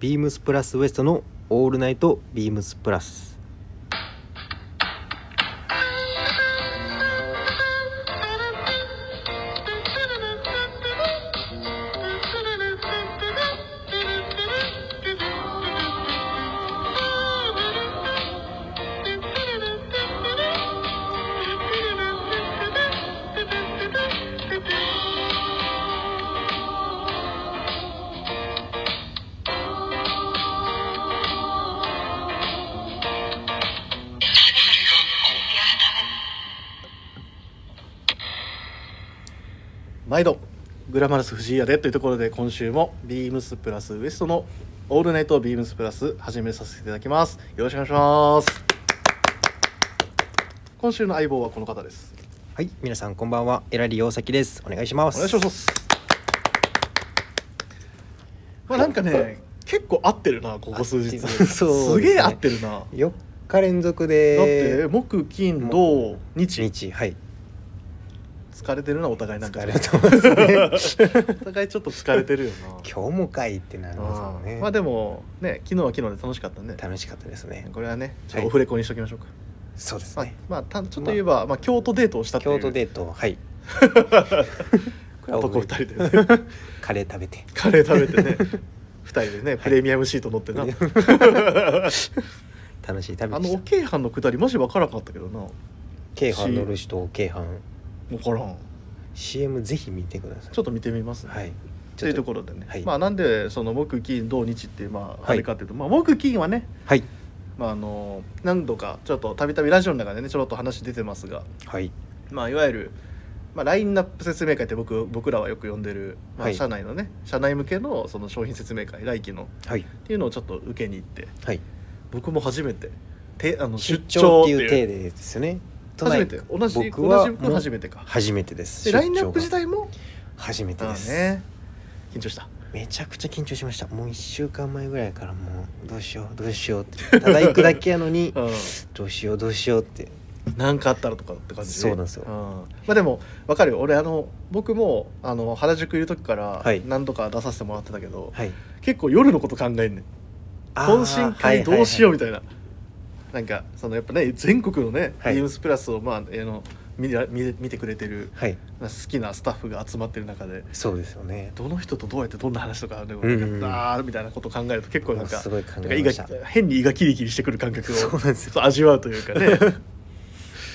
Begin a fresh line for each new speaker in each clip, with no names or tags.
ビームスプラスウエストのオールナイトビームスプラス
Thank you.
毎度グラマラス藤井やでというところで今週もビームスプラスウエストのオールナイトビームスプラス始めさせていただきますよろしくお願いします今週の相棒はこの方です
はい皆さんこんばんはエラリー大崎ですお願いしま
お
す
願いしますまあなんかね結構合ってるなここ数日
合ってるそう
すげえ合ってるな、
4日連続
だっ
で
て木金土日
日はい
疲れてるなお互いなんか
疲れてますね
お互いちょっと疲れてるよな
今日もかいってなりますもんね
まあでもね昨日は昨日で楽しかったね
楽しかったですね
これはねちょっ
はい
とオフレコにしときましょうか、
そうです
まあ
ね、
まあ、たちょっと言えば、まあ、京都デートをしたっていう
京都デート はい
これ男二人で、ね、
カレー食べて
カレー食べてね 二人でねプレミアムシート乗ってな、
楽しい旅
あ
で
の
し
お
た
京阪の下りマジ分からんかったけどな
京阪乗る人京阪
分からん
CM ぜひ見てください
ちょっと見てみますね、
はい
というとこ
ろ
ろでね、
はい
まあなんでその木金土日っていうま
は
あ
い
あれかっていうと、まあ木金はね、
はい
まあ、あの何度かちょっとたびたびラジオの中でねちょろっと話出てますが
はい
まあ、いわゆる、まあ、ラインナップ説明会って僕僕らはよく呼んでる、ま
は
あ、
い
社内のね、社内向けのその商品説明会来期の
はい
っていうのをちょっと受けに行って
はい
僕も初めててあの
出
出張
張
っ
って
て
い
いう
体でで
う
すよね都
初
内
めて同じ
僕
同
は
じ
も
僕
う
初めてか
初めてです
でラインナップ自
出張が
体も
初めてです、
ああね緊張した
めちゃくちゃ緊張しましたもう1週間前ぐらいからもうどうしようどうしようってただ行くだけやのにどうしようどうしようって
何かあったらとかって感じ
そうなんですよ
まあでも分かるよ俺あの僕もあの原宿いる時から
はい
何度か出させてもらってたけど、
はい
結構夜のこと考えんねん懇親会どうしよう
う
みたいな、なんかそのやっぱね全国のね、
はい
ビームスプラスを、まあ、あの見ら見見てくれてる
はい、はい
好きなスタッフが集まってる中で
そうですよね
どの人とどうやってどんな話とかでも
うんうん
なんかあーみたいなことを考えると結構なんか
すごい考
なんか
え
胃
ま
が
した
変に胃がキリキリしてくる感覚を
そうなんですよ
そう味わうという かね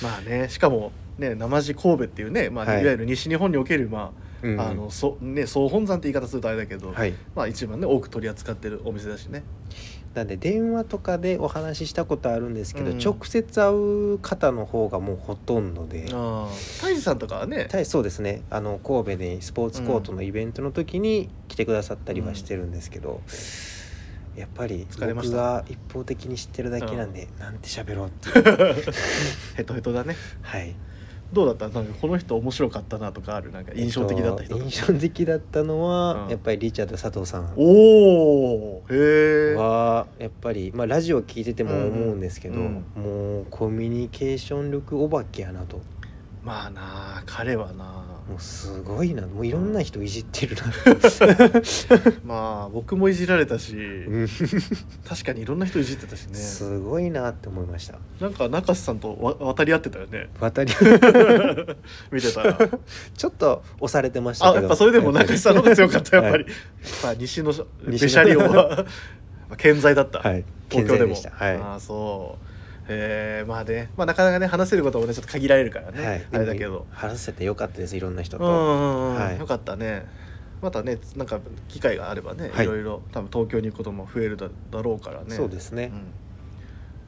まあねしかもね生地神戸っていうね、まあ
はい
い、わゆる西日本における、ま
う
あ
ん
あのそね、総本山って言い方するとあれだけど、
はい
まあ、一番ね多く取り扱ってるお店だしね。
なんで電話とかでお話ししたことあるんですけど、
うん
直接会う方の方がもうほとんどで
ああ大治さんとかはね
たいそうですねあの神戸でスポーツコートのイベントの時に来てくださったりはしてるんですけど、やっぱり
疲れまし
僕
た
が一方的に知ってるだけなんで、なんて喋ろうっていう
ヘトヘトだね
はい
どうだったなんかこの人面白かったなとかあるなんか印象的だった人
え
と
と
か、
印象的だったのは、
うん
やっぱりリチャード佐藤さん
おおへえ
はやっぱり、まあ、ラジオ聞いてても思うんですけど、
うん
もうコミュニケーション力お化けやなと
まあなあ彼はな
もうすごいなもういろんな人いじってるな、
あまあ僕もいじられたし、
うん
確かにいろんな人いじってたし ね
すごいなって思いました
なんか中瀬さんとわ渡り合ってたよね
渡り
見てた ら
ちょっと押されてました
あ
けど
やっぱそれでも中瀬さんの方が強かったやっぱり、まあ西の
西の
ベシャリオ はまあ健在だった、
はい、はい、
東京
健
で
在
も
したはい
ああそうえー、まあね、まあ、なかなかね話せることもねちょっと限られるからね、
はい、
あれだけど
話せてよかったですいろんな人
う
と、
んうんうん、
はい
よかったねまたねなんか機会があればね、
はい
い、ろいろ多分東京に行くことも増えるだだろうからね
そうですね、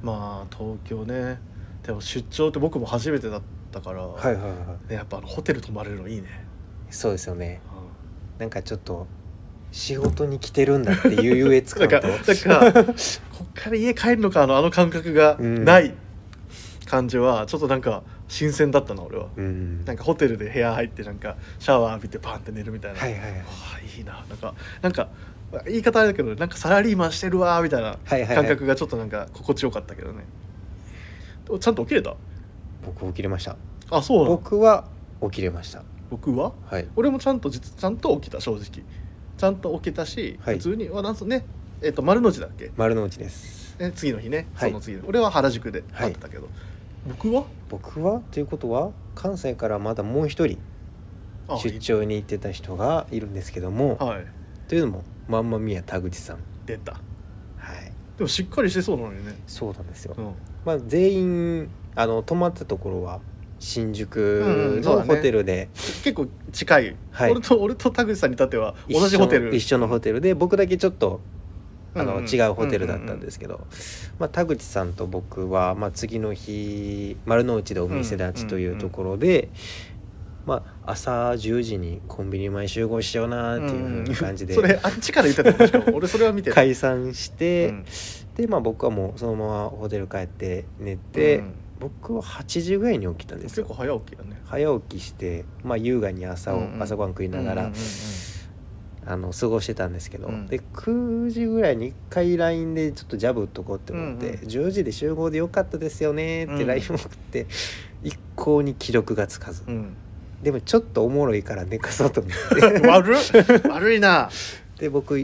うんまあ東京ねでも出張って僕も初めてだったから、
はいはいは
ね、やっぱあのホテル泊まれるのいいね、
いそうですよねなんかちょっと仕事に来てるんだっていう優越
な
感
ん
と
かなんかこっから家帰るのかあのあの感覚が
うん
ない感じはちょっとなんか新鮮だったな俺は、
うん
なんかホテルで部屋入ってなんかシャワー浴びてパンって寝るみたいな、
はいはいはい
わあいいななんかなんか言い方あれだけどなんかサラリーマンしてるわーみたいな
はいはいはい
感覚がちょっとなんか心地よかったけどね、おちゃんと起きれた
僕起きれました
あそうなの
僕は起きれました
僕は
はい
俺もちゃんと実ちゃんと起きた正直ちゃんと起きたし、
はい
普通にはなんすねえっと丸の内だっけ
丸の内です
え次の日ね、
はい
その次の俺は原宿で
はい
会ってたけど、僕は
僕はということは関西からまだもう一人
あ
出張に行ってた人がいるんですけども
はい
というのもまんまみや田口さん
出た
はい
でもしっかりしてそうなのにね、
そうなんですよ、
うん、
まあ全員あの泊まったところは新
うんう
宿
んそう
の
だね
ホテルで
結構近い、
はい
俺と俺と田口さんに至っては
一緒
同
の
じホテル
一緒のホテルで僕だけちょっとあの
んん
違うホテルだったんですすけど、まあ、田口さんと僕は、まあ、次の日丸の内でお店立ちというところで、まあ、朝10時にコンビニ前集合しようなっていう風な感じで
それあっちから言ってたのしかも俺それは見てた
解散して、
うん
で、まあ、僕はもうそのままホテル帰って寝て、
うん
僕は8時ぐらいに起きたんです
結
よ
構早起きだね
早起きして、まあ、優雅に朝を、
うんうん
朝ごはん食いながら、
うんうんうん
あの過ごしてたんですけど、
うん
で9時ぐらいに1回 LINE でちょっとジャブ打っとこうって思って、
うんうん
10時で集合でよかったですよねっ
う
て
ん
LINE を送って、一向に記録がつかず、
うん
でもちょっとおもろいから寝かそうと思っ
悪っ悪いな
てで僕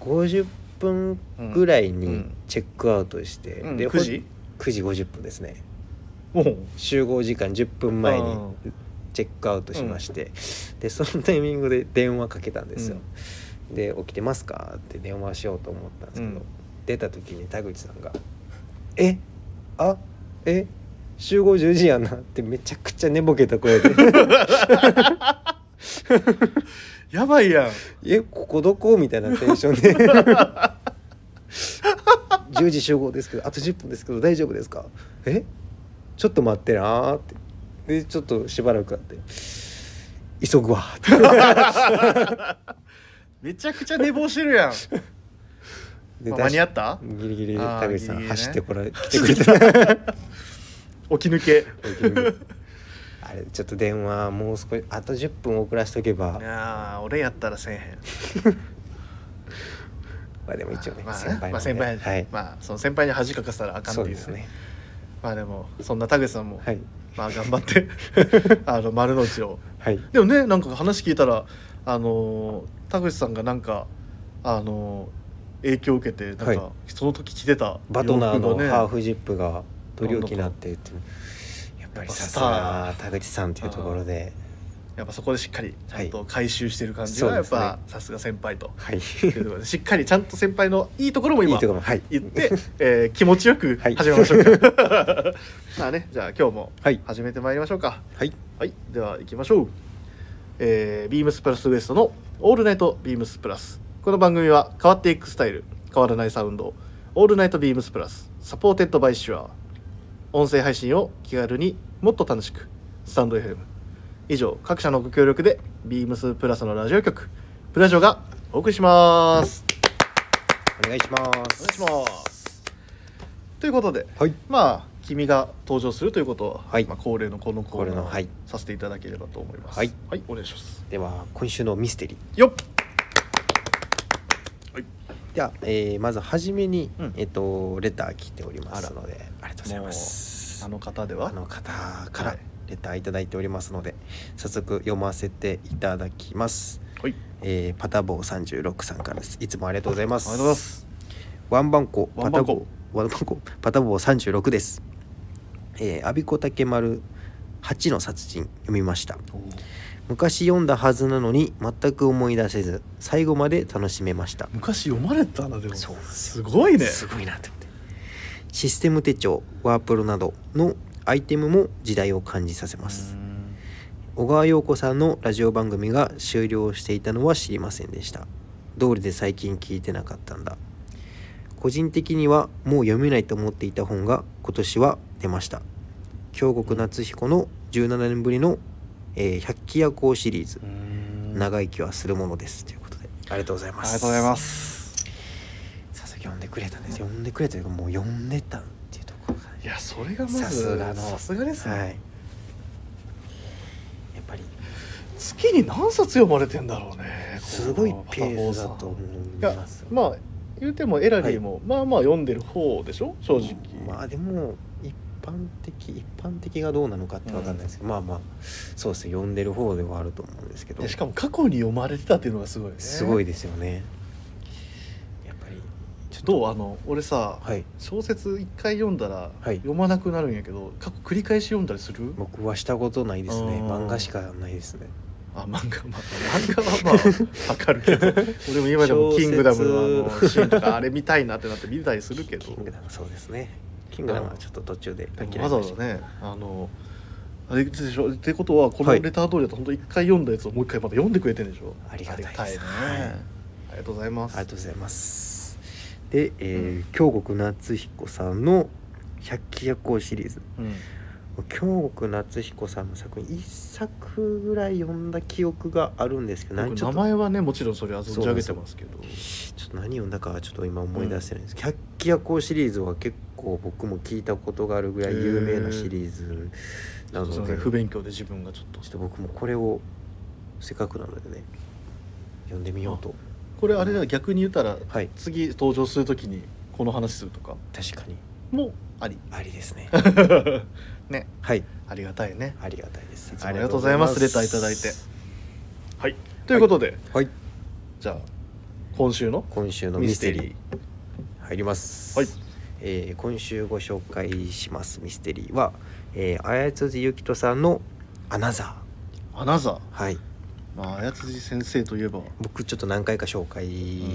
50分ぐらいにチェックアウトして、
うん
で
9時
ほ9時50分ですね
もう
集合時間10分前に
うん
チェックアウトしまして、でそのタイミングで電話かけたんですよ、で起きてますか?」って電話しようと思ったんですけど、
うん
出た時に田口さんが「えあえ集合10時やな」ってめちゃくちゃ寝ぼけた声で「
やばいやん
えここどこ?」みたいなテンション で「10時集合ですけどあと10分ですけど大丈夫ですかえちょっと待ってな」ってでちょっとしばらくあって「急ぐわ」 って
めちゃくちゃ寝坊してる やん
で
まあ間に合
出し
った
ギリギリ
あー
田口さん
ギリギリね
走ってこられ来てくれた。
起き抜け
あれちょっと電話もう少しあと10分遅らしとけ ば、
ああ俺やったらせえへん
まあでも一応ね、
まあ
先輩
ま
な
あ
んで、
先輩やし
はい、
まあその先輩に恥かかせたらあかんっ
そ
ていうう,、
ですね
まあでもそんな田口さんも、
はい
まあ頑張って あの丸の内を
はい
でもねなんか話聞いたらあのー田口さんがなんかあのー影響を受けてなん
は
かその時着てた
バトナー
洋
の
服がね
ハーフジップが取り置きになってってやっぱりさすが田口さんっていうところで
やっぱそこでしっかりちゃんと回収してる感じ
は
が
い
やっ
そう
ぱ
で
さすが先輩と。
はいい
というところでしっかりちゃんと先輩のいいところも今
いところはい
言って、えー気持ちよく
はい
始めましょうか、 まあねじゃあ今日も
はい
始めてまいりましょうか
はい
はいでは行きましょう、えー、ビームスプラスウエストの「オールナイトビームスプラス」この番組は変わっていくスタイル変わらないサウンド「オールナイトビームスプラス」サポーテッドバイシュアー音声配信を気軽にもっと楽しくスタンド FM 以上各社のご協力でビームスプラスのラジオ局プラジオがお送りします
お願いします
お願いしますということで
はい
まあ君が登場するということは、
はい
まあ、恒例のこのコーナ
恒例のは
ー
い
をさせていただければと思います
はい、
お願いします
では今週のミステリ
よっ
ーでは、えーまずはじめに、
うん
えっとレター来ておりま
あら
すのでありがとうございます
あの方では
あの方か
は
ら
い
レターいただいておりますので、早速読ませていただきます、
はい
えーパタボー三十六さんからですいつもありがとうございます
ありがとうございます
ワンバンコ
ワ
パ
ンバ
タ
ンコ
ボーワンバンコパタボー三十六ですえー阿鼻子竹丸八の殺人読みました昔読んだはずなのに全く思い出せず最後まで楽しめました
昔読まれたなでも
そう
すごいね
すごいなって思ってシステム手帳ワープロなどのアイテムも時代を感じさせます
うん
小川陽子さんのラジオ番組が終了していたのは知りませんでした道理で最近聞いてなかったんだ個人的にはもう読めないと思っていた本が今年は出ました京極夏彦の17年ぶりの「えー百鬼夜行」シリーズ「
あ
長生きはするものです」ということでありがとうござい
りが
ます
とうございます
早速読んでくれたんです読んでくれたというかもう読んでたっていうところがね
いやそれがまず
さすがの
さすがですね、
はいやっぱり
月に何冊読まれてんだろうね
すごい
この
ペースだと
パタボーさん
思い
いや
ます
まあ言うてもエラリーも、まあまあ読んでる方でしょ正直、
まあでも一般的一般的がどうなのかってわかんないですけど、まあまあそうですね読んでる方ではあると思うんですけど
でしかも過去に読まれてたっていうのがすごいね
すごいですよねやっぱりちょっと
どうあの俺さ
はい
小説一回読んだら
はい
読まなくなるんやけど過去繰り返し読んだりする
僕はしたことないですね
あー
漫画しかないですね
あ漫画まあ漫画はまあわかるけ ど俺も今でも「キングダム」のあのシーンとかあれ見たいなってなって見たりするけど
キングダムそうですねキングダムはちょっと途中で
で
諦
も
めま
わ
した
ざわざねあのあれでしょってことはこの
はい
レター通りだと本当一回読んだやつをもう一回また読んでくれてるんでしょ
ありがたいです
ありね
はい
ありがとうございま
あ
す
りがとうございますで、えー京極夏彦さんの「百鬼夜行」シリーズ
うん
京極夏彦さんの作品一作ぐらい読んだ記憶があるんですけど何
僕
ちょ
名
っと
前はねもちろんそれは存じ上げてますけど
ちょっと何読んだかはちょっと今思い出してないんですけど「百鬼夜行」シリーズは結構僕も聞いたことがあるぐらい有名なシリーズなの
すいませ
で
ん不勉強で自分がちょっと
ちょっと僕もこれをせっかくなのでね読んでみようと
これあれだ逆に言ったら
はい
次登場するときにこの話するとか
確かに
もあり
ありですね
ね
はい
ありがたいね
ありがたいです
いつもありがとうございますレターいただいてはいということで、
はい
じゃあ今週の
今週の
ミ
ミス
ス
テ
テ
リ
リ
ー
ー
入ります、
はい
えー今週ご紹介しますミステリーは、えー、綾辻ゆきとさんの「アナザ
アナザー
ー」はい
まあ綾辻先生といえば
僕ちょっと何回か紹介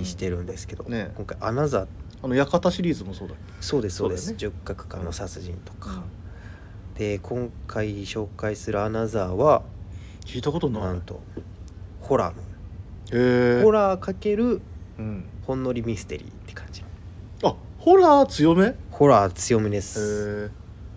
してるんですけど、
うんね
今回「アナザー
あの館シリーズもそうだっ」
そうですそうです
そうだ
十角館の殺人と
け、
か、で今回紹介する「アナザーは」
聞いたことな
ないんとホラーの、
へえ
ホラーかける
うん、
ほんのりミステリーって感じ
あホラー強めへ
ホラー強めです
え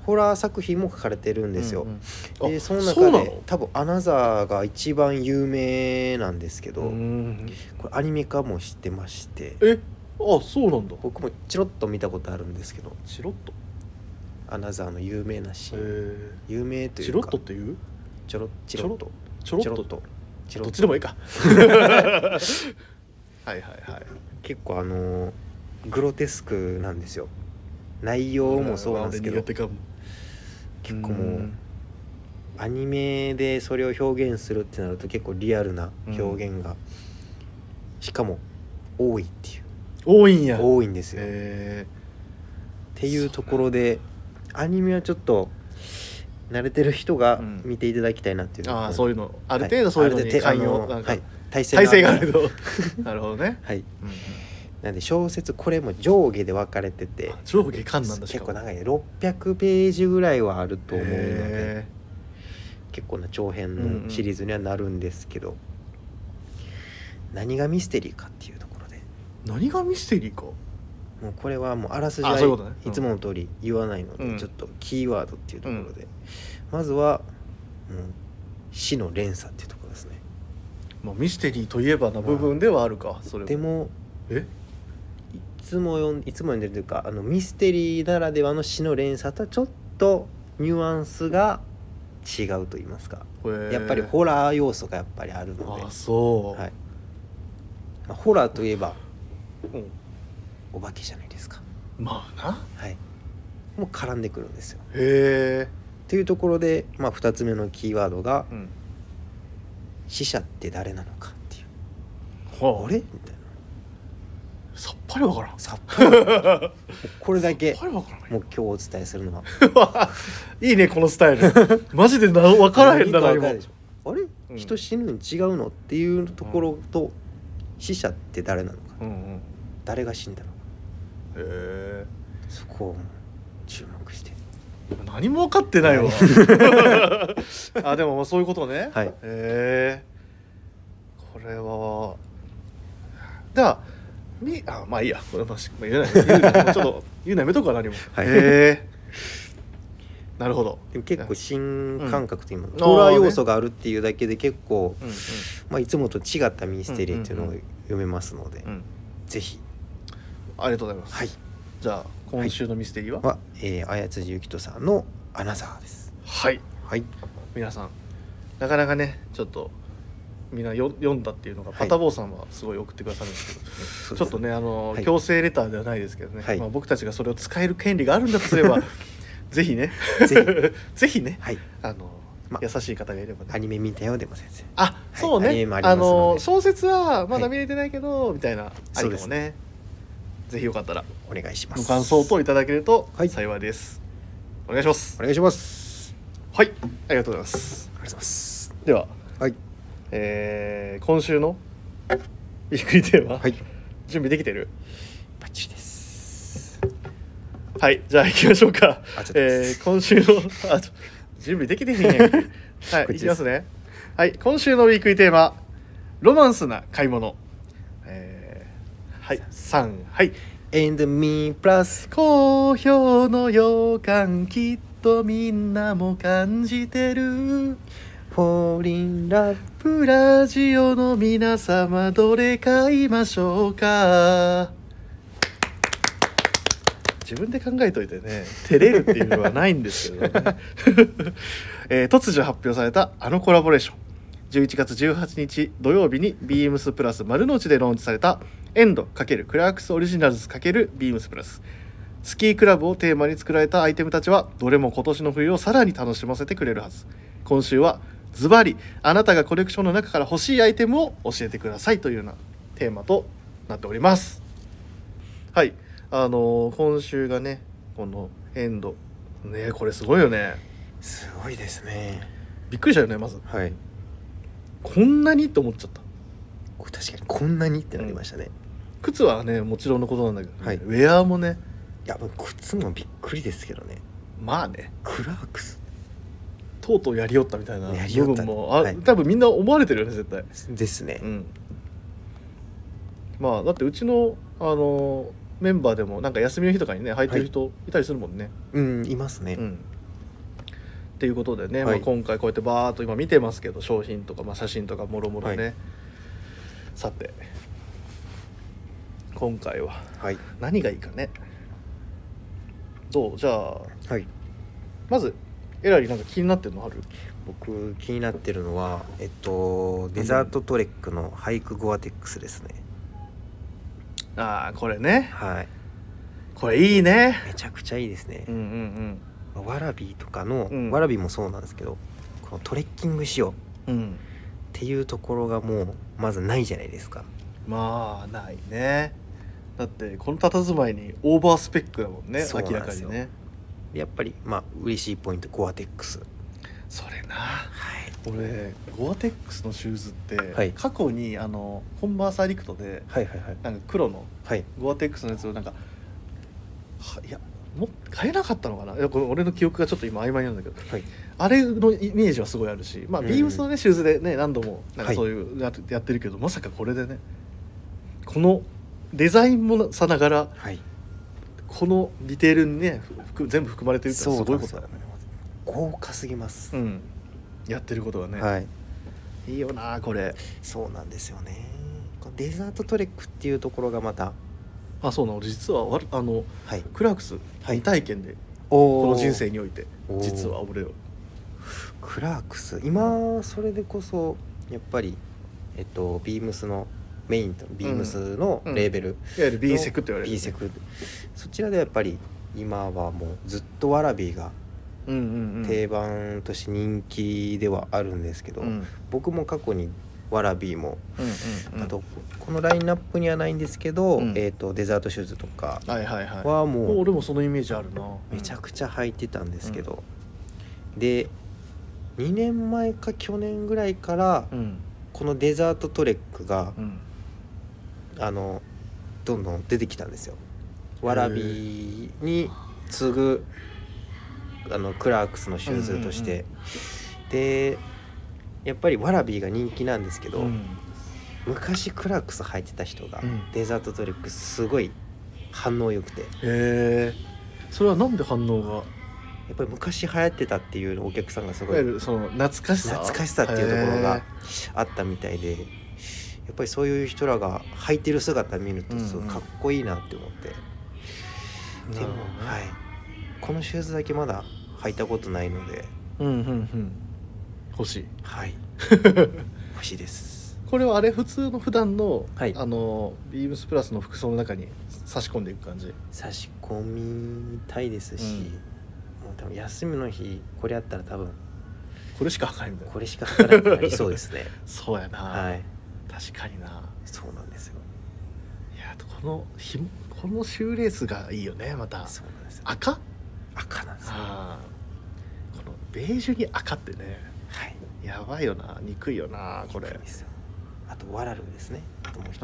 ホラー作品も書かれてるんですよ、
うんうん
で
あ
その
う
中
な
で多分「アナザー」が一番有名なんですけど、
うん
これアニメ化もしてまして
えあそうなんだ
僕もちろっと見たことあるんですけど
チロッと
「アナザー」の有名なシ
へ
ーン
え
有名というか
チロッとっていう
ちょろちょろっと
チ
ち
ョ
ょ
ロ
ろ
ッと
っとちょ
ど
ろ
っ
っ
ち
と
でもいいか はいはいはい
結構あのーグロテスクなんですよ内容もそうなんですけ
俺
ど
苦手かも
結構もうアニメでそれを表現するってなると結構リアルな表現が、しかも多いっていう
多いんや
多いんですよ、
え
っていうところでアニメはちょっと慣れてる人が
うん
見ていただきたいなっていう
ー、
のが、
ああそう
はい
いうのある程度そういうの
あ
に
る程度
寛
あ
容
の
なん
は
か
い、体勢
体勢があるとなる ほどね、
はい
うんうん
なんで小説これも上下で分かれてて
あ上下巻なんだし
結構
かも
長いね600ページぐらいはあると思うので
へ
結構な長
うん
編
うん
のシリーズにはなるんですけど、何がミステリーかっていうところで
ー何がミステリーか
もうこれはもうあらすじ
あ
は
そういうことねうん
いつもの通り言わないので、
うん
ちょっとキーワードっていうところで、まずは、うん、死の連鎖っていうところですね
まあミステリーといえばな部分ではあるかそれ
でも
え
いつも読んいつも読んでるというかあのミステリーならではの死の連鎖とはちょっとニュアンスが違うと言いますかやっぱりホラー要素がやっぱりあるの
あ
で
ー、そう、
はいまあホラーといえば
うん
お化けじゃないですか、
まあな
はい、もう絡んでくるんですよ
へえ、
っていうところで、まあ、2つ目のキーワードが
うん、
「死者って誰なのか」っていう「
は
あれ?」みたいな
さっぱりわからん
さっぱりもうこれだけ
さっぱりわからん
もう今日お伝えするのは
いいねこのスタイルマジでな分からへんだな
何かわ
今
かるでしょあれ、
うん
人死ぬに違うのっていうところと、死者って誰なのか
うんうんへ
誰が死んだのか
え
そこを注目して
何も分かっ てないわあでもまあそういうことね
はい
へえこれはではみあまあいいやこれはまあしまあ言えない言うなちょっと言うのやめとくわ何も、
はい
へえなるほど
でも結構新感覚というか、
ん
ホラー
あーね
要素があるっていうだけで結構、
うん
まあ、いつもと違ったミステリーっていうの
う
を
んうん
読めますので、
うんうん
ぜひ
ありがとうございます、
はい
じゃあ今週のミステリーは
は、えー、綾辻ゆきとさんの「アナザー」です
はい
はい
皆さんなかなかねちょっとみんなよ読んだっていうのが
はい
パタボーさんはすごい送ってくださるんですけど、ちょっとねあの、
はい
強制レターではないですけどね、
はい
まあ、僕たちがそれを使える権利があるんだとす ればぜひね
ぜ
ぜひね
はい
あの、
ま
優しい方がいれば
ア
ね
ニメ見たよでも先生
あそう
アニメ
ね、
もあり
あ
ますので
の小説はまだ
はい
見れてないけど、みたいなあ
そ
り
うで
かも
す
ねぜひよかったら
お願いします
ご感想等いただけると
はい
幸いです、お願いします
お願いします
はいありがとうございます
ありがとうございます
では、
はい
えー今週のびっくりテーマ、
はい
準備できてる
バッチリです
はいじゃあ行きましょうか
あちょっと
えー今週のあちょ準備できてへんや んけ
こ
は
っち
い
で
い
す
きますねはい今週のウィークリーテーマロマンスな買い物えーはい3はい
And me plus
好評の予感きっとみんなも感じてる
fall in love
プラジオの皆様どれ買いましょうか自分で考えといてね照れるっていうのはないんですけどね、 えー突如発表されたあのコラボレーション11月18日土曜日に BEAMS プラス丸の内でローンチされたエンド×クラークスオリジナルズ ×BEAMS プラススキークラブをテーマに作られたアイテムたちはどれも今年の冬をさらに楽しませてくれるはず今週はズバリあなたがコレクションの中から欲しいアイテムを教えてくださいというようなテーマとなっておりますはいあのー今週がねこのエンドねこれすごいよね
すごいですね
びっくりしたよねまず
はい
こんなにって思っちゃった
こ確かにこんなにってなりましたね、
靴はねもちろんのことなんだけどね、
はい
ウェアもね
いやもう靴もびっくりですけどね
まあね
クラークス
とうとうやりよったみたいな
やり
部
よった
分もあ、
はい
多分みんな思われてるよね絶対
ですね
う、んまあだってうちのあのメンバーでもなんか休みの日とかにね履いてる人いたりするもんね、
うん、いますね、
うんっていうことでね、
はい
まあ、今回こうやってバーっと今見てますけど商品とか、まあ、写真とかもろもろね、
は
さて今回は
はい
何がいいかねどうじゃあ
はい
まずエラリーなんか気になってるのある
僕気になってるのはえっとデザートトレックのハイクゴアテックスですね、
ああこれね
はい
これいいね
めちゃくちゃいいですね
うん、うん
わらびとかの、
うん
わらびもそうなんですけどこのトレッキングしようっ
うんうん
ていうところがもうまずないじゃないですか
まあないねだってこの佇まいにオーバースペックだもんね
そう
明
な
ら
んで
か
すよ
にね
でやっぱりまあ嬉しいポイントゴアテックス
それな
はい
俺ゴアテックスのシューズって、
はい
過去にあのコンバースアリクトで
はいはいはい
なんか黒の
はい
ゴアテックスのやつをなんかはいやも買えなかったのかないやこれ俺の記憶がちょっと今曖昧なんだけど
はい
あれのイメージはすごいあるしまあ
うん
ビームスのねシューズでね何度もな
は
んか
い
そういうやっやってるけど、まさかこれでねこのデザインもさながら
はい
このディテールにねふふ全部含まれてるってのはすごいことだよね
豪華すぎます
う、んやってることがね、
はい
い、いよなこれ
そうなんですよねこのデザートトレックっていうところがまた
あそうなの俺実はわあの
はい
クラークス
はい
未体験で、
お
こ
ー
の人生において
おー
実は俺を
クラークス今それでこそやっぱりえっとビームスのメインとビームスのレーベル、
いわゆる B セクって言われる
B セクそちらではやっぱり今はもうずっとわらびが
うんうんうん
定番として人気ではあるんですけど、
うんうん
僕も過去にわらびも、
うんうん
あとこのラインナップにはないんですけど、
うん
えー、とデザートシューズとか
はいはいはい
はもう
俺もそのイメージあるな
めちゃくちゃ履いてたんですけど、で2年前か去年ぐらいから
うん
このデザートトレックが
うん
あのどんどん出てきたんですよ。わらびに次ぐあのクラークスのシューズとして、でやっぱりわらびが人気なんですけど、
うん
昔クラークス履いてた人が、
うん
デザートトレックすごい反応良くてや
へえそれはなんで反応が
っぱり昔流行ってたっていうお客さんがす
い
ご
わ
い
ゆるその懐かしさ
懐かしさっていうところ
へ
があったみたいでやっぱりそういう人らが履いてる姿見るとすごいかっこいいなって思って、
え
でも、
なるほどね
はいこのシューズだけまだ履いたことないので
うんうんうん欲しい
はい欲しいです
これはあれ普通の普段の、
はい
あのビームスプラスの服装の中に差し込んでいく感じ
差し込みたいですし、
う
も
ん
う多分休みの日これあったら多分
これしか履かないんだよ
これしか履かなくなりそうです ね
そうやな、
はい
確かにな
そうなんですよ
いやこのひもこのシューレースがいいよねまた
そうなんですよ
赤
赤なんですよ
あーこのベージュに赤ってね
はい
やばいよな憎いよなこ
いい
れ
んですよあとワラルーですねあともう一つ、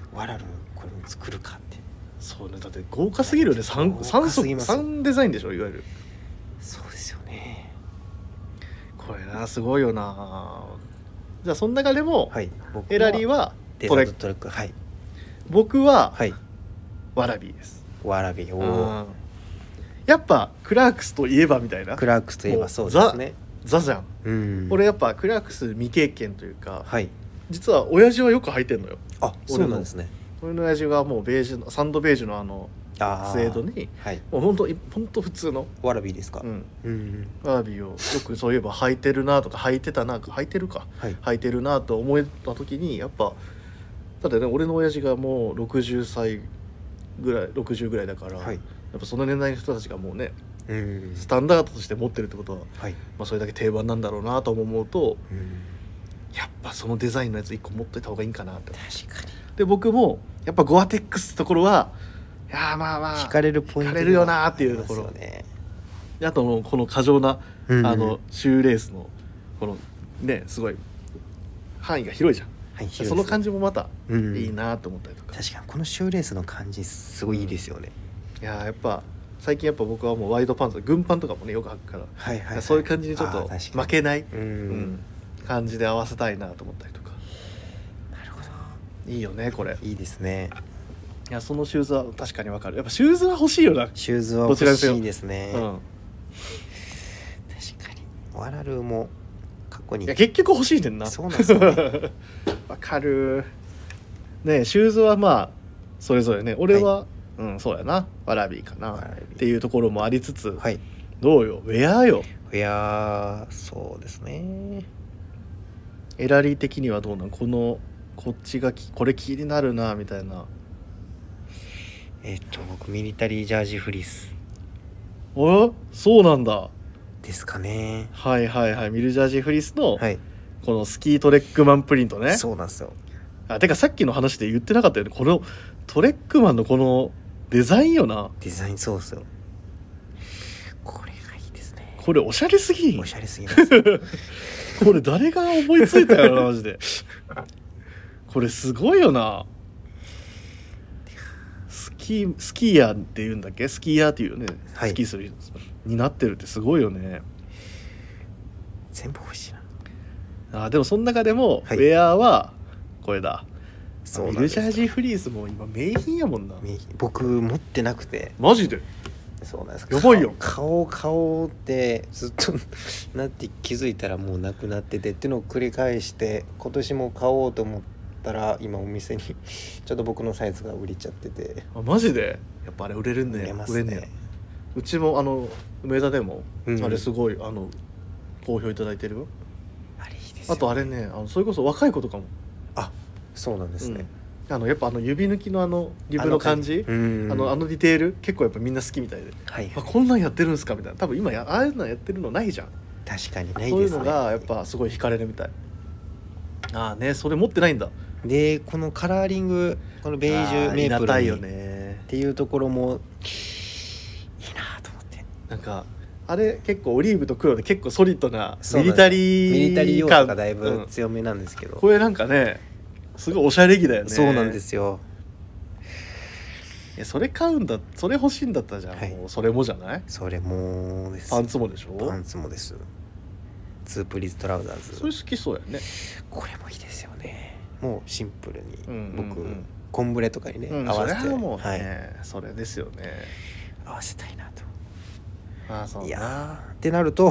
うん
ワラルーこれも作るかって
そうねだって豪華すぎるよね三
豪
三
華すぎ
足
ます
三デザインでしょいわゆる
そうですよね
これなすごいよなじゃあその中でも、
はい僕
エラリーは
デザ
トレ
ートトレックはい
僕は、
はい
ワラビーです
ワラビーお
う
お
んやっぱクラークスといえばみたいな
クラークスといえばそうですね
ザじゃん、
うん
俺やっぱクラークス未経験というか
はい
実は親父はよく履いてんのよ
あそうなんですね
俺の親父がもうベージュのサンドベージュのあの
ああ
スウェードに
はい
もうほんとほんと普通の、
ワラビーですか
う
うん
ん、
うん
ワラビーをよくそういえば履いてるなとか履いてたな履いてるか
はい
履いてるなと思えた時にやっぱだってね俺の親父がもう60歳ぐらい60ぐらいだから、
はい
やっぱその年代の人たちがもうね
うん
スタンダードとして持ってるってことは、ま
はい
あ、それだけ定番なんだろうなとも思うと
うん
やっぱそのデザインのやつ1個持っといた方がいいんかなって
確かに
で僕もやっぱゴアテックスってところはいやーまあま
惹
あ
かれるポイント
惹かれるよなーっていうところ
ありますよね
であとのこの過剰な、
うん
あのシューレースのこのねすごい範囲が広いじゃん、
はい
その感
じ
じもまた
うん
いいなと思ったりとか、
確かにこのシューレースの感じすごいいいですよね
いやーやっぱ最近やっぱ僕はもうワイドパンツ軍パンとかもねよく履くから、
はいはいはい
そういう感じにちょっ
あ
と
ー確かに
負けない、
うん
うん感じで合わせたいなと思ったりとか
なるほど
いいよねこれ
いいですね
いやそのシューズは確かにわかるやっぱシューズは欲しいよな、
シューズは
ど
欲
ちらにせよ
しいですね、
うん
確かにワラルーも過去に
いや結局欲しいねんな
そうなんですよね
わかるねシューズはまあそれぞれね俺は、うんそうやなわらびかな
ワラ
っ
ビ
ていうところもありつつ、
はい
どうよウェアよ
いやーそうですね
エラリー的にはどうなんこのこっちがきこれ気になるなみたいな
えっと僕ミリタリージャージフリース
あそうなんだ
ですかね
はいはいはいミルジャージフリスの
はい
このスキートレックマンプリントね、
そうなんですよ
あてかさっきの話で言ってなかったよねこのトレックマンのこのデザインよな
デザインそうですよこれがいいですね
これおしゃれすぎん
おしゃれすぎます
これ誰が思いついた よなマジでこれすごいよなスキースキーヤーって言うんだっけスキーヤーっていうよね、
はい
スキーする人になってるってすごいよね
全部欲しいな
あでもその中でも、
はい
ウェアはこれだ
そう
ミ
なんで
ルジ
す
ャ
よ
ージーフリースも今名品やもんな
み僕持ってなくて
マジで
そうなんです
やばいよ
顔顔ってずっとなって気づいたらもうなくなっててっていうのを繰り返して今年も買おうと思ったら今お店に ちょっと僕のサイズが売れちゃってて
あマジでやっぱあれ売れるんだ
売
よ
れま
売れ
す
んね
ね
やうちもあの梅田でも、
うん
あれすごいあの好評いただいてるよ
あれいいですよ
あとあれねあのそれこそ若い子とかも
そうなんですね、
あのやっぱあの指抜きのあのリブの感じ
うん
あのあのディテール結構やっぱみんな好きみたいで、
はい
あこんなんやってるんすかみたいな多分今やああいうのやってるのないじゃん、
確かにないですね
そういうのがやっぱすごい惹かれるみたいああねそれ持ってないんだ
でこのカラーリングこのベージ
あ
ュメ
ー
ープ
いなた
ル
い
に
よ
っ
ね
ていうところもいいなと思って
なんかあれ結構オリーブと黒で結構ソリッドな
そう
ミ
なんです
リタ
ミ
リー
リタリー要素がだいうぶ
ん
強めなんですけど、
これなんかねすごいおしゃれ着だよね
そうなんですよ
いやそれ買うんだそれ欲しいんだったらじゃん、
はい
もうそれもじゃない
それもです
パンツもでしょ
パンツもですツープリーズトラウザー
それ
ズ
好きそうやね
これもいいですよねもうシンプルに
うんうんうん
僕、コンブレとかにね、
うん、
合わせ
そ
て、
れはもうね、
はい、
それですよね
合わせたいなと
ああそう
い
い
やーってなると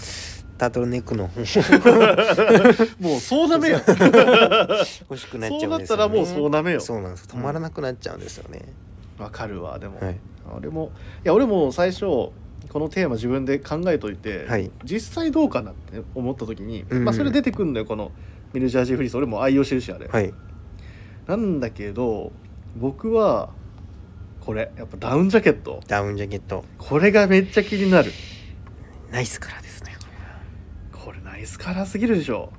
タートルネックの方も
もうそうなめや
欲しくなっちゃうんですよね
そうなったらもうそうなめよ
そうなんです止まらなくなっちゃうんですよね、
わかるわでも、
はい
俺もいや俺も最初このテーマ自分で考えといて、
はい
実際どうかなって思った時に、
うん
まあ、それ出てくんのよこのミルジャージーフリース俺も愛用してるしあれ、
はい
なんだけど僕はこれやっぱダウンジャケット
ダウンジャケット
これがめっちゃ気になる
ナイスカラーですねこれは
これナイスカラーすぎるでしょ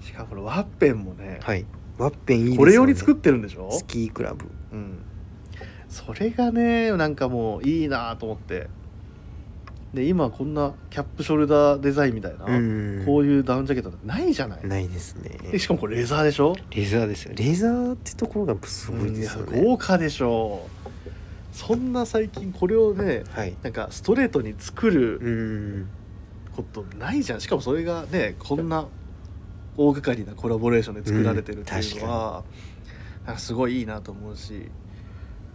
しかもこれワッペンもね、
はいワッペンいいですよ、ね、
これ用に作ってるんでしょ
スキークラブ
うん、それがねなんかもういいなと思ってで今こんなキャップショルダーデザインみたいな、
うん
こういうダウンジャケットなんてないじゃない
ないですね
でしかもこれレザーでしょ
レザーですよレザーってところがすごいですよ
うんいや
ね
豪華でしょそんな最近これをね
はい
なんかストレートに作
う
る
ん
ことないじゃんしかもそれがねこんな大掛かりなコラボレーションで作られてるっていうのは、なんかすごいいいなと思うし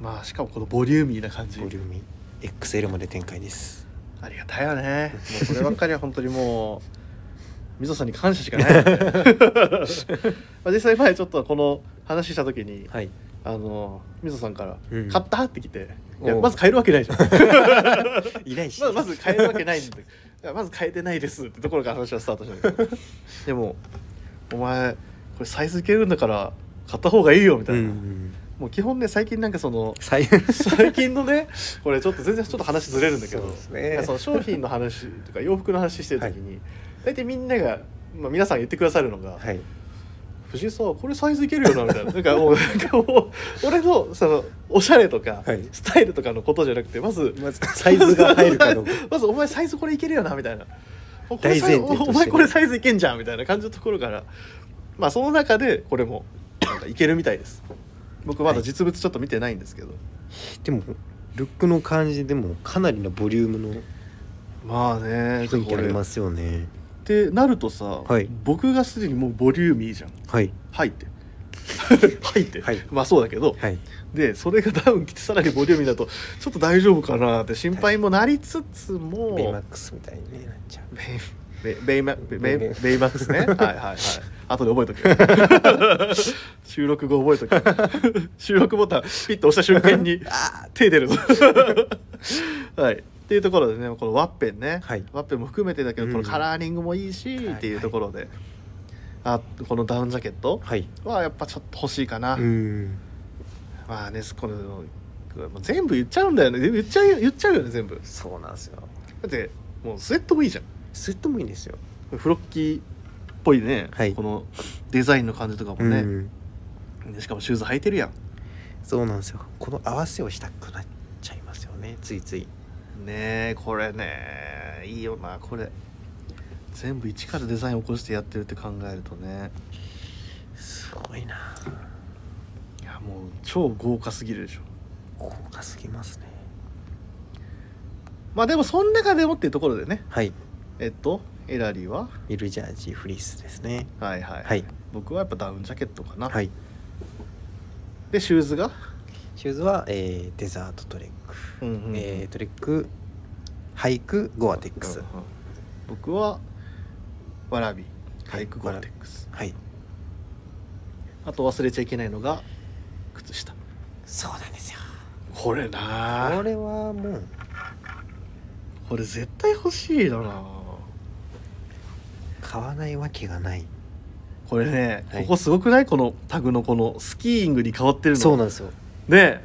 まあしかもこのボリューミーな感じ
ボリューミー XL まで展開です
ありがたい よね。もうこればっかりは本当にもう、みぞさんに感謝し かないよ ね。まあ実際前ちょっとこの話した時に、
はい
あの、みぞさんから、
うん
買ったって来て、いや
おう
まず買えるわけないじゃん。
依頼し
まずまず買えるわけないん で、いやまず買えてないですってところから話はスタートしたんだけど。でも、お前、これサイズいけるんだから、買った方がいいよみた
う
い
ん
な。
うん
もう基本ね、最近なんかその、
最
最近のねこれちょっと全然ちょっと話ずれるんだけど
そうですね
なんかその商品の話とか洋服の話してる時に、大体みんなが、まあ、皆さん言ってくださるのが「
はい
藤井さんこれサイズいけるよな」みたいななんかもうなんかもう俺のそのおしゃれとか、
はい
スタイルとかのことじゃなくてまず
まず サイズが入るかどうか
まず「お前サイズこれいけるよな」みたいな「おこれ
大前提と
お
してね
お前これサイズいけんじゃん」みたいな感じのところからまあその中でこれもなんかいけるみたいです僕まだ実物ちょっと見てないんですけど、
でもルックの感じでもかなりのボリュームの
まあ
雰
ね
囲気あり
これ
ますよね
ってなるとさ、
はい
僕がすでにもうボリューミーじゃん
はい
入って 入って、
はい
まあそうだけど、
はい
でそれがダウン着てさらにボリューミーだとちょっと大丈夫かなって心配もなりつつも、
ベイマックスみたいにねなっちゃう
ベイベイマベイベイ
ベイ
ベイマックスねはいはいはい後で覚え とけ収録後覚えとけ収録ボタンピッと押した瞬間に手出るぞはいっていうところでねこのワッペンね、
はい
ワッペンも含めてだけどこのカラーリングもいいし、
うん
っていうところで、あこのダウンジャケット
はい
はやっぱちょっと欲しいかな、
うん
まあねこのもう全部言っちゃうんだよね言っちゃう言っちゃうよね全部だ
そうなんですよ
ってもうスウェットもいいじゃん
スウェットもいいんですよ
フロッキーっぽいね、
はい
このデザインの感じとかもね、
うん
でしかもシューズ履いてるやん
そうなんですよこの合わせをしたくなっちゃいますよねついつい
ねえこれねいいよなこれ全部一からデザイン起こしてやってるって考えるとね
すごいない
やもう超豪華すぎるでしょ
豪華すぎますね
まあでもその中でもっていうところでね
はい
えっとエラリーは
ゆるジャージフリースですね
はいはい、
はい
僕はやっぱダウンジャケットかな、
はい
でシューズが、
シューズは、えーデザートトレック、
うんうんうん
えートレックハイクゴアテックス、
うんうん僕はわらびハイクゴアテックス
はい
あと忘れちゃいけないのが靴下
そうなんですよ
これな
こ
これ
れはもう
絶対欲しいだな
買わないわけがない
これね、
はい
ここすごくないこのタグのこのスキーイングに変わってるの
そうなんですよ
ね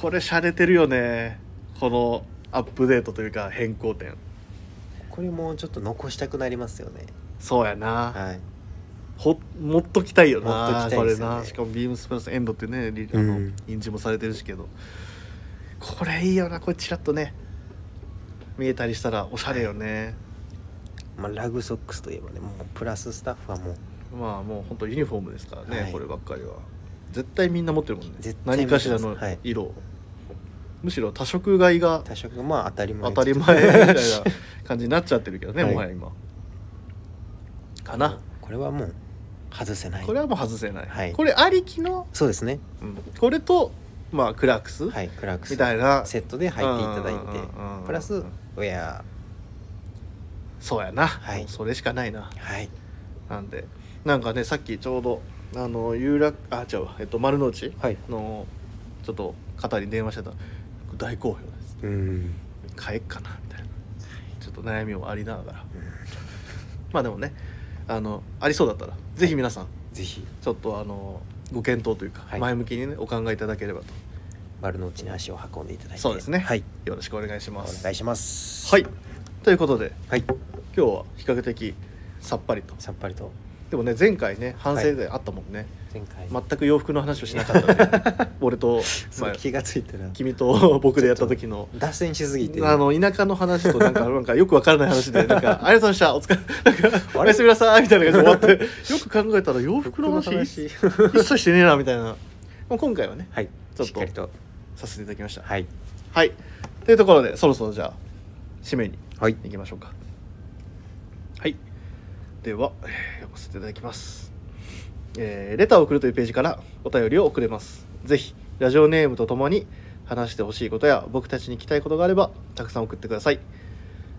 これ洒落てるよねこのアップデートというか変更点
これもちょっと残したくなりますよね
そうやな
はい
ほ持っときたいよ
持っ
な
ときたい
こ
で
れ
すよね
なしかもビームスプラスエンドってねリあの、
うん
印字もされてるしけどこれいいよなこれちらっとね見えたりしたらおしゃれよね、
まあ、ラグソックスといえばねもうプラススタッフはもう
まあもう本当ユニフォームですからね、
はい
こればっかりは絶対みんな持ってるもんね
絶対
何かしらの
はい
色を、むしろ多色買いが
多色がまあ当たり前
当たり前みたいな感じになっちゃってるけど ね、
はい
もはや今かな
これはも う外せない
これはもう外せない、
はい
これありきの、
そうですね
うんこれとまあクラックス
はいクラークス
みたいな
セットで履いていただい
うんうんうんうんうん
てプラスウェア
そうやな、
はい
もうそれしかないな
はい
なんでなんかねさっきちょうどあの有楽あ違うわえっと丸の内
はい
のちょっと方に電話してた大好評です
うん
買えっかなみたいなちょっと悩みもありながらまあでもねあのありそうだったらぜひ皆さん
ぜひ
ちょっとあのご検討というか、
はい
前向きにねお考えいただければと
丸の内に足を運んでいただいて
そうですね
はい
よろしくお願いし
お
ます
願いします
はいということで
はい
今日は比較的さっぱりと
さっぱりと
でもね前回ね反省であったもんね、
前回、
全く洋服の話をしなかっ たんで俺と、
そ
まあ
う気がついたら
君と僕でやった時の。
脱線しすぎて
あの田舎の話となんかなんかよくわからない話でなんか「あ りがとうございましたお疲れなんか
あ
お
れ
やすみなさい」みたいな感じ で終わってよく考えたら洋服の話
服の
一切してねえなみたいな、まあ、今回はね
はい
ちょっと
しっかりと
させていただきました
はい
はいというところでそろそろじゃあ締めに
はい
いきましょうかはいではえー読ませていただきます、えーレターを送る」というページからお便りを送れますぜひラジオネームとともに話してほしいことや僕たちに聞きたいことがあればたくさん送ってください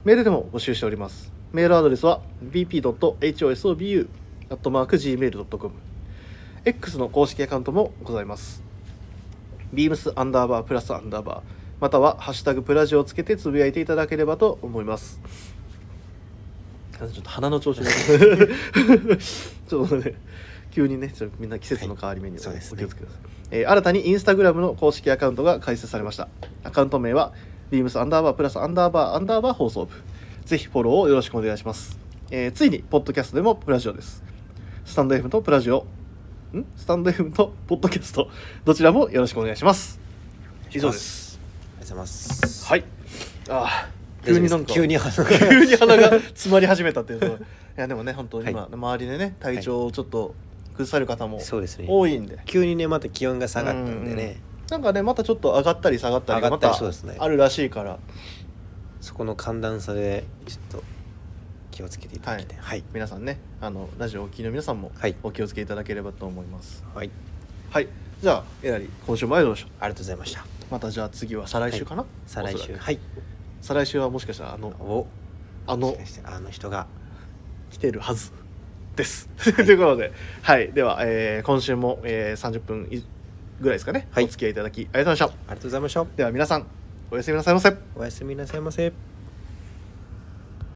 メールでも募集しておりますメールアドレスは bp.hosobu.gmail.com X の公式アカウントもございますビームスアンダーバープラスアンダーバーまたは「ハッシュタグプラジ」をつけてつぶやいていただければと思いますちょっと鼻の調子 がちょっとね急にねちょっとみんな季節の変わり目にお
はいそうです
お
ね
気をつけください、えー新たにインスタグラムの公式アカウントが開設されましたアカウント名はビームスアンダーバープラスアンダーバーアンダーバー放送部ぜひフォローをよろしくお願いします、えーついにポッドキャストでもプラジオですスタンド FM とプラジオんスタンド FM とポッドキャストどちらもよろしくお願いします以上です
ありがとうございます
はいあー
大丈夫で
急
す
になんか
急に鼻が
急に鼻が詰まり始めたっていうところいやでもね本当に今、
はい
周りでね体調をちょっと崩される方も
そうですね
多いんで
急にねまた気温が下がったんでね
なんかねまたちょっと上がったり下がったり
上が
ま
ったり
た
そうですね
あるらしいから
そこの寒暖差でちょっと気をつけていただきたいはい
皆さんねあのラジオをお聞きの皆さんも
はい
お気をつけいただければと思います
はい
はいじゃあえなり今週もありがとうございまし
ありがとうございました
たまたじゃあ次は再来週かな、
再来
おそ
週
らく
はい
再来週はもしかしたらあの
お
あ
も
の
しかしてあの人が
来てるはずです。ということで、はい、では、えー今週も、えー30分いぐらいですかね、
はい
お付き合いいただきありがとうございました。
ありがとうございました
では皆さん、おやすみなさいませ。
おやすみなさいませ